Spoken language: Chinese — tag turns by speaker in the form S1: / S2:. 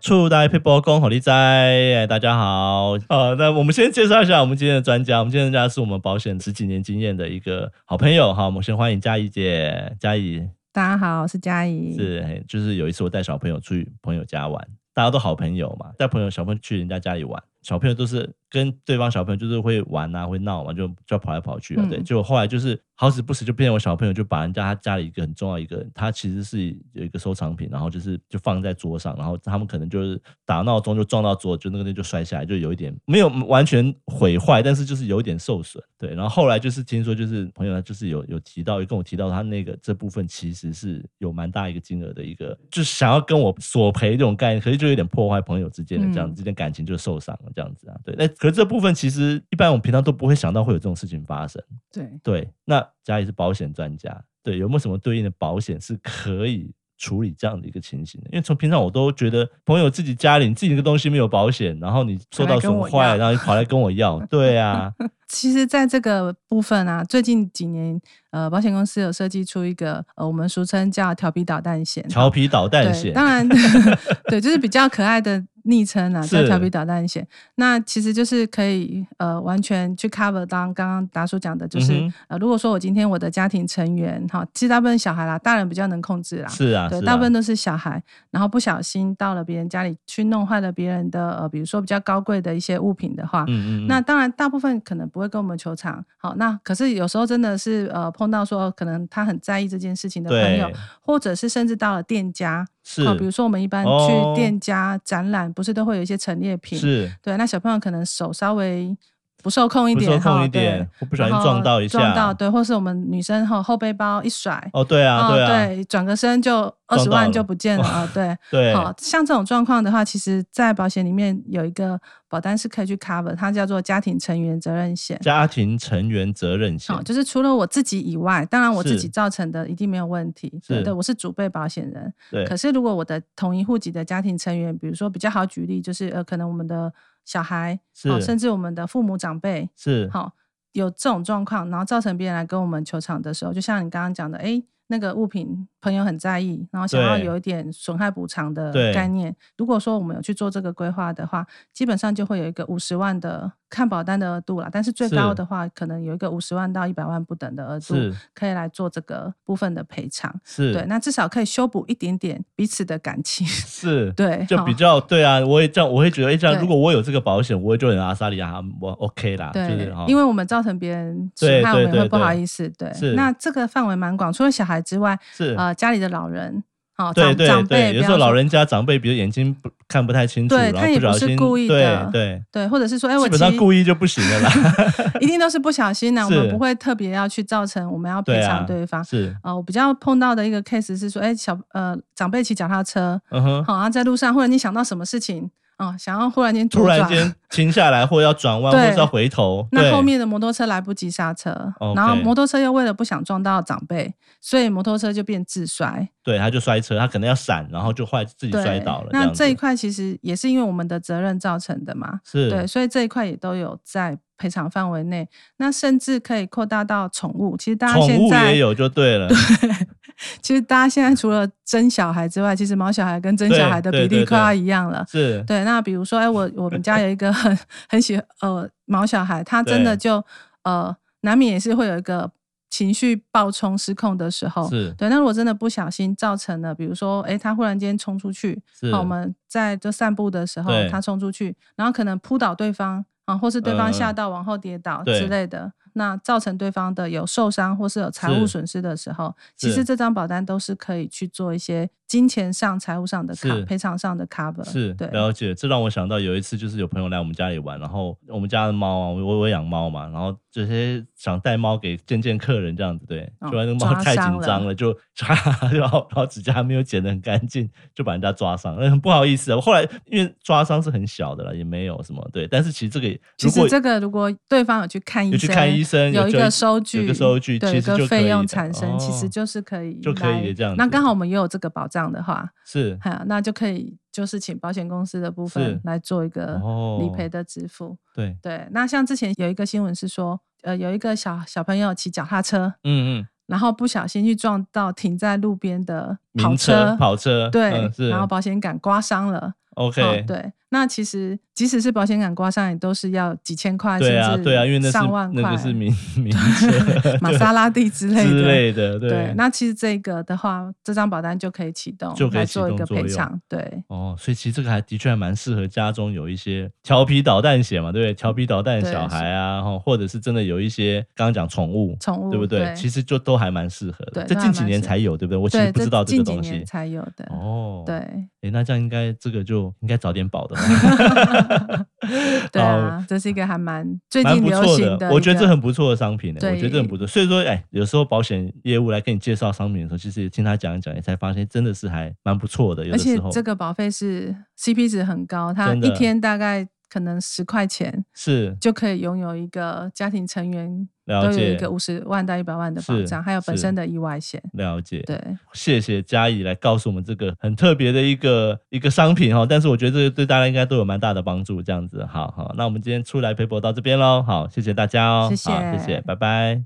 S1: 出来配波公好利哉，哎，大家好，呃，那我们先介绍一下我们今天的专家，我们今天的专家是我们保险十几年经验的一个好朋友哈，我们先欢迎嘉怡姐，嘉怡
S2: 大家好，我是佳怡。
S1: 是嘿就是有一次我带小朋友出去朋友家玩，大家都好朋友嘛，带朋友小朋友去人家家里玩，小朋友都是跟对方小朋友就是会玩啊，会闹嘛，就就要跑来跑去啊，对，
S2: 嗯
S1: 结果后来就是好死不死就变成我小朋友就把人家他家里一个很重要一个，他其实是有一个收藏品，然后就是就放在桌上，然后他们可能就是打闹钟就撞到桌，就那个东西就摔下来，就有一点没有完全毁坏，但是就是有一点受损，对，然后后来就是听说就是朋友他就是有有提到跟我提到他那个这部分其实是有蛮大一个金额的一个，就是想要跟我索赔这种概念，可是就有点破坏朋友之间的这样子。
S2: 嗯
S1: 之间感情就受伤了，这样子啊，对。那可是这部分其实一般我们平常都不会想到会有这种事情发生，
S2: 对，
S1: 对。那家里是保险专家，对，有没有什么对应的保险是可以处理这样的一个情形的？因为从平常我都觉得朋友自己家里你自己那个东西没有保险，然后你受到
S2: 跑来跟
S1: 损
S2: 我
S1: 坏，
S2: 要
S1: 然后你跑来跟我要， 对啊，
S2: 其实在这个部分啊，最近几年，呃，保险公司有设计出一个，呃，我们俗称叫“调皮捣蛋险”。
S1: 调皮捣蛋
S2: 对，
S1: 险，
S2: 当然， 对，就是比较可爱的昵称啊，叫
S1: 是
S2: 调皮捣蛋险。那其实就是可以呃完全去 cover 当刚刚达叔讲的，就是、
S1: 嗯哼
S2: 呃如果说我今天我的家庭成员哈，其实大部分小孩啦，大人比较能控制啦。
S1: 是啊，
S2: 对，
S1: 是
S2: 大部分
S1: 啊，
S2: 都是小孩，然后不小心到了别人家里去弄坏了别人的呃，比如说比较高贵的一些物品的话，
S1: 嗯嗯嗯，
S2: 那当然，大部分可能不会跟我们求偿。好，那可是有时候真的是呃碰到说可能他很在意这件事情的朋友
S1: 对，
S2: 或者是甚至到了店家，
S1: 是
S2: 好比如说我们一般
S1: 哦
S2: 去店家展览，不是都会有一些陈列品？
S1: 是
S2: 对，那小朋友可能手稍微不受控一
S1: 不
S2: 点，
S1: 受控
S2: 哈
S1: 一点
S2: 对，
S1: 我不小心
S2: 然后
S1: 撞到一下，
S2: 撞到对，或是我们女生哈后背包一甩。
S1: 哦，对啊，
S2: 哦
S1: 对啊，
S2: 对，转个身就二
S1: 撞
S2: 十
S1: 到
S2: 万
S1: 了
S2: 就不见 了啊！对，
S1: 对，
S2: 好像这种状况的话，其实，在保险里面有一个保单是可以去 cover，它叫做家庭成员责任险。
S1: 家庭成员责任险
S2: 好、，就是除了我自己以外，当然我自
S1: 是
S2: 己造成的一定没有问题。
S1: 是
S2: 对对，我是主被保险人。
S1: 对，
S2: 可是如果我的同一户籍的家庭成员，比如说比较好举例，就是呃，可能我们的小孩，
S1: 是
S2: 哦甚至我们的父母长辈，
S1: 是
S2: 好、有这种状况，然后造成别人来跟我们求偿的时候，就像你刚刚讲的，哎，那个物品朋友很在意，然后想要
S1: 对
S2: 有一点损害补偿的
S1: 对
S2: 概念。如果说我们有去做这个规划的话，基本上就会有一个五十万的看保单的额度啦，但是最
S1: 是
S2: 高的话，可能有一个五十万到一百万不等的额度
S1: 是，
S2: 可以来做这个部分的赔偿。
S1: 是
S2: 对，那至少可以修补一点点彼此的感情。
S1: 是，
S2: 对，
S1: 就
S2: 好
S1: 比较对啊，我也这样，我会觉得，哎，这样
S2: 对
S1: 如果我有这个保险，我也就很阿萨利亚，啊我 OK 啦，就
S2: 对，
S1: 是哈，
S2: 因为我们造成别人
S1: 对
S2: 损害，我
S1: 对
S2: 们也
S1: 对
S2: 会不好
S1: 对
S2: 意思。对，
S1: 是
S2: 那这个范围蛮广，除了小孩之外，
S1: 是
S2: 呃，家里的老人，哦，
S1: 对
S2: 长
S1: 对
S2: 长辈，
S1: 对，
S2: 不
S1: 有时
S2: 要
S1: 候老
S2: 说
S1: 人家长辈，比如眼睛不看不太清楚，
S2: 对
S1: 然
S2: 他
S1: 后
S2: 也
S1: 不小
S2: 不是
S1: 心，
S2: 故意
S1: 对
S2: 的
S1: 对，
S2: 对，或者是说，哎，我
S1: 基本
S2: 其
S1: 上
S2: 实
S1: 故意就不行了 啦，
S2: 一定都是不小心的，我们
S1: 是
S2: 不会特别要去造成我们要赔
S1: 对
S2: 偿
S1: 啊，
S2: 对方。
S1: 是，
S2: 啊、我比较碰到的一个 case 是说，哎，小呃长辈骑脚踏车，
S1: 嗯哼，
S2: 好、然后在路上忽然间想到什么事情，啊、想要忽然间
S1: 突然
S2: 左转
S1: 间停下来，或者要转弯，或
S2: 对
S1: 者是要回头，
S2: 那
S1: 对
S2: 后面的摩托车来不及刹车
S1: OK
S2: 然后摩托车又为了不想撞到长辈，所以摩托车就变自摔，
S1: 对，他就摔车，他可能要闪，然后就坏自己
S2: 对，
S1: 摔倒了，
S2: 那
S1: 样
S2: 这一
S1: 子
S2: 块其实也是因为我们的责任造成的嘛，对，
S1: 是
S2: 所以这一块也都有在赔偿范围内。那甚至可以扩大到宠物，其实大家
S1: 宠
S2: 现
S1: 物
S2: 在
S1: 也有就对了，
S2: 其实大家现在除了真小孩之外，其实毛小孩跟真
S1: 对
S2: 小孩的
S1: 对
S2: 比
S1: 对
S2: 例快
S1: 对
S2: 要一样了。
S1: 是，
S2: 对，那比如说，哎、我我们家有一个很很喜呃毛小孩，他真的
S1: 对
S2: 就呃难免也是会有一个情绪暴冲失控的时候。
S1: 是
S2: 对，那如果真的不小心造成了，比如说，哎、他忽然间冲出去，
S1: 是
S2: 好，我们在就散步的时候
S1: 对，
S2: 他冲出去，然后可能扑倒对方啊，或是对
S1: 嗯
S2: 方
S1: 嗯
S2: 吓到往后跌倒
S1: 对
S2: 之类的，那造成对方的有受伤或是有财务
S1: 是
S2: 损失的时候，其
S1: 是
S2: 实这张保单都是可以去做一些金钱上、财务上的卡
S1: 是
S2: 赔偿上的 cover。
S1: 是
S2: 对，
S1: 了解，这让我想到有一次，就是有朋友来我们家里玩，然后我们家的猫啊，我我养猫嘛，然后这些想带猫给见见客人这样子，对，
S2: 哦
S1: 就、那个猫
S2: 抓
S1: 太紧
S2: 伤
S1: 张
S2: 了
S1: 了， 就然后然后指甲没有剪得很干净，就把人家抓伤，很不好意思、啊。后来因为抓伤是很小的了，也没有什么对，但是其实这个也
S2: 其
S1: 如果
S2: 实这个如果对方有去看医
S1: 有去
S2: 生，
S1: 看医生有
S2: 有一
S1: 就
S2: 个
S1: 一
S2: 收
S1: 有
S2: 据，
S1: 个收据
S2: 对，
S1: 其
S2: 有
S1: 实就
S2: 个
S1: 可以
S2: 费用
S1: 的
S2: 产生，其实
S1: 哦
S2: 就是可以
S1: 就可以
S2: 来
S1: 的这样
S2: 那
S1: 子
S2: 刚好我们也有这个保障的话，
S1: 是
S2: 哈，那就可以就是请保险公司的部
S1: 是
S2: 分来做一个
S1: 哦
S2: 理赔的支付。
S1: 对，
S2: 对，那像之前有一个新闻是说，呃，有一个小小朋友骑脚踏车，
S1: 嗯嗯，
S2: 然后不小心去撞到停在路边的跑
S1: 名车跑车
S2: 对，
S1: 嗯、是
S2: 然后保险杆刮伤了。
S1: OK，、
S2: 哦对，那其实即使是保险杆刮伤，也都是要几千块，
S1: 对啊
S2: 甚至
S1: 对啊，因为那是
S2: 上万块，
S1: 那个是 名名车
S2: 玛莎拉蒂之类 的。
S1: 之类的，对。
S2: 对，那其实这个的话，这张保单就可以启动，
S1: 就可以
S2: 来
S1: 启
S2: 做一
S1: 动
S2: 个
S1: 作
S2: 赔
S1: 用
S2: 偿。对，
S1: 哦，所以其实这个还的确还蛮适合家中有一些调皮捣蛋血嘛，对不对？调皮捣蛋
S2: 对
S1: 小
S2: 是
S1: 孩啊，吼或者是真的有一些刚刚讲宠物，
S2: 宠物
S1: 对不对？其实就都还蛮适合的。
S2: 对
S1: 这
S2: 都还
S1: 近几
S2: 蛮
S1: 年
S2: 适合
S1: 才有，对不对？我其
S2: 对
S1: 实不知道这个
S2: 近几
S1: 东
S2: 年
S1: 西。
S2: 才有的。
S1: 哦，
S2: 对
S1: 诶，那这样应该这个就应该早点保的嘛，
S2: 对
S1: 哦
S2: 啊，这是一个还蛮最
S1: 蛮
S2: 近
S1: 不
S2: 流
S1: 错
S2: 行
S1: 我
S2: 一
S1: 觉得
S2: 个
S1: 这很不错的商品欸诶，我觉得这很
S2: 对
S1: 不错。所以说，哎，有时候保险业务来跟你介绍商品的时候，其实听他讲一讲，你才发现真的是还蛮不错的。有
S2: 而
S1: 的
S2: 且
S1: 时候
S2: 这个保费是 CP 值很高，它
S1: 真
S2: 一
S1: 的
S2: 天大概可能十块钱
S1: 是
S2: 就可以拥有一个家庭成员
S1: 了
S2: 都有一
S1: 解
S2: 个五十万到一百万的保
S1: 是
S2: 障，还有本
S1: 是
S2: 身的意外险。
S1: 了解，哦
S2: 对，
S1: 谢谢嘉怡来告诉我们这个很特别的一个一个商品哈，但是我觉得这个对大家应该都有蛮大的帮助。这样子，好好，那我们今天出来陪博到这边喽，好，谢谢大家哦，
S2: 谢谢
S1: 好谢谢，拜拜。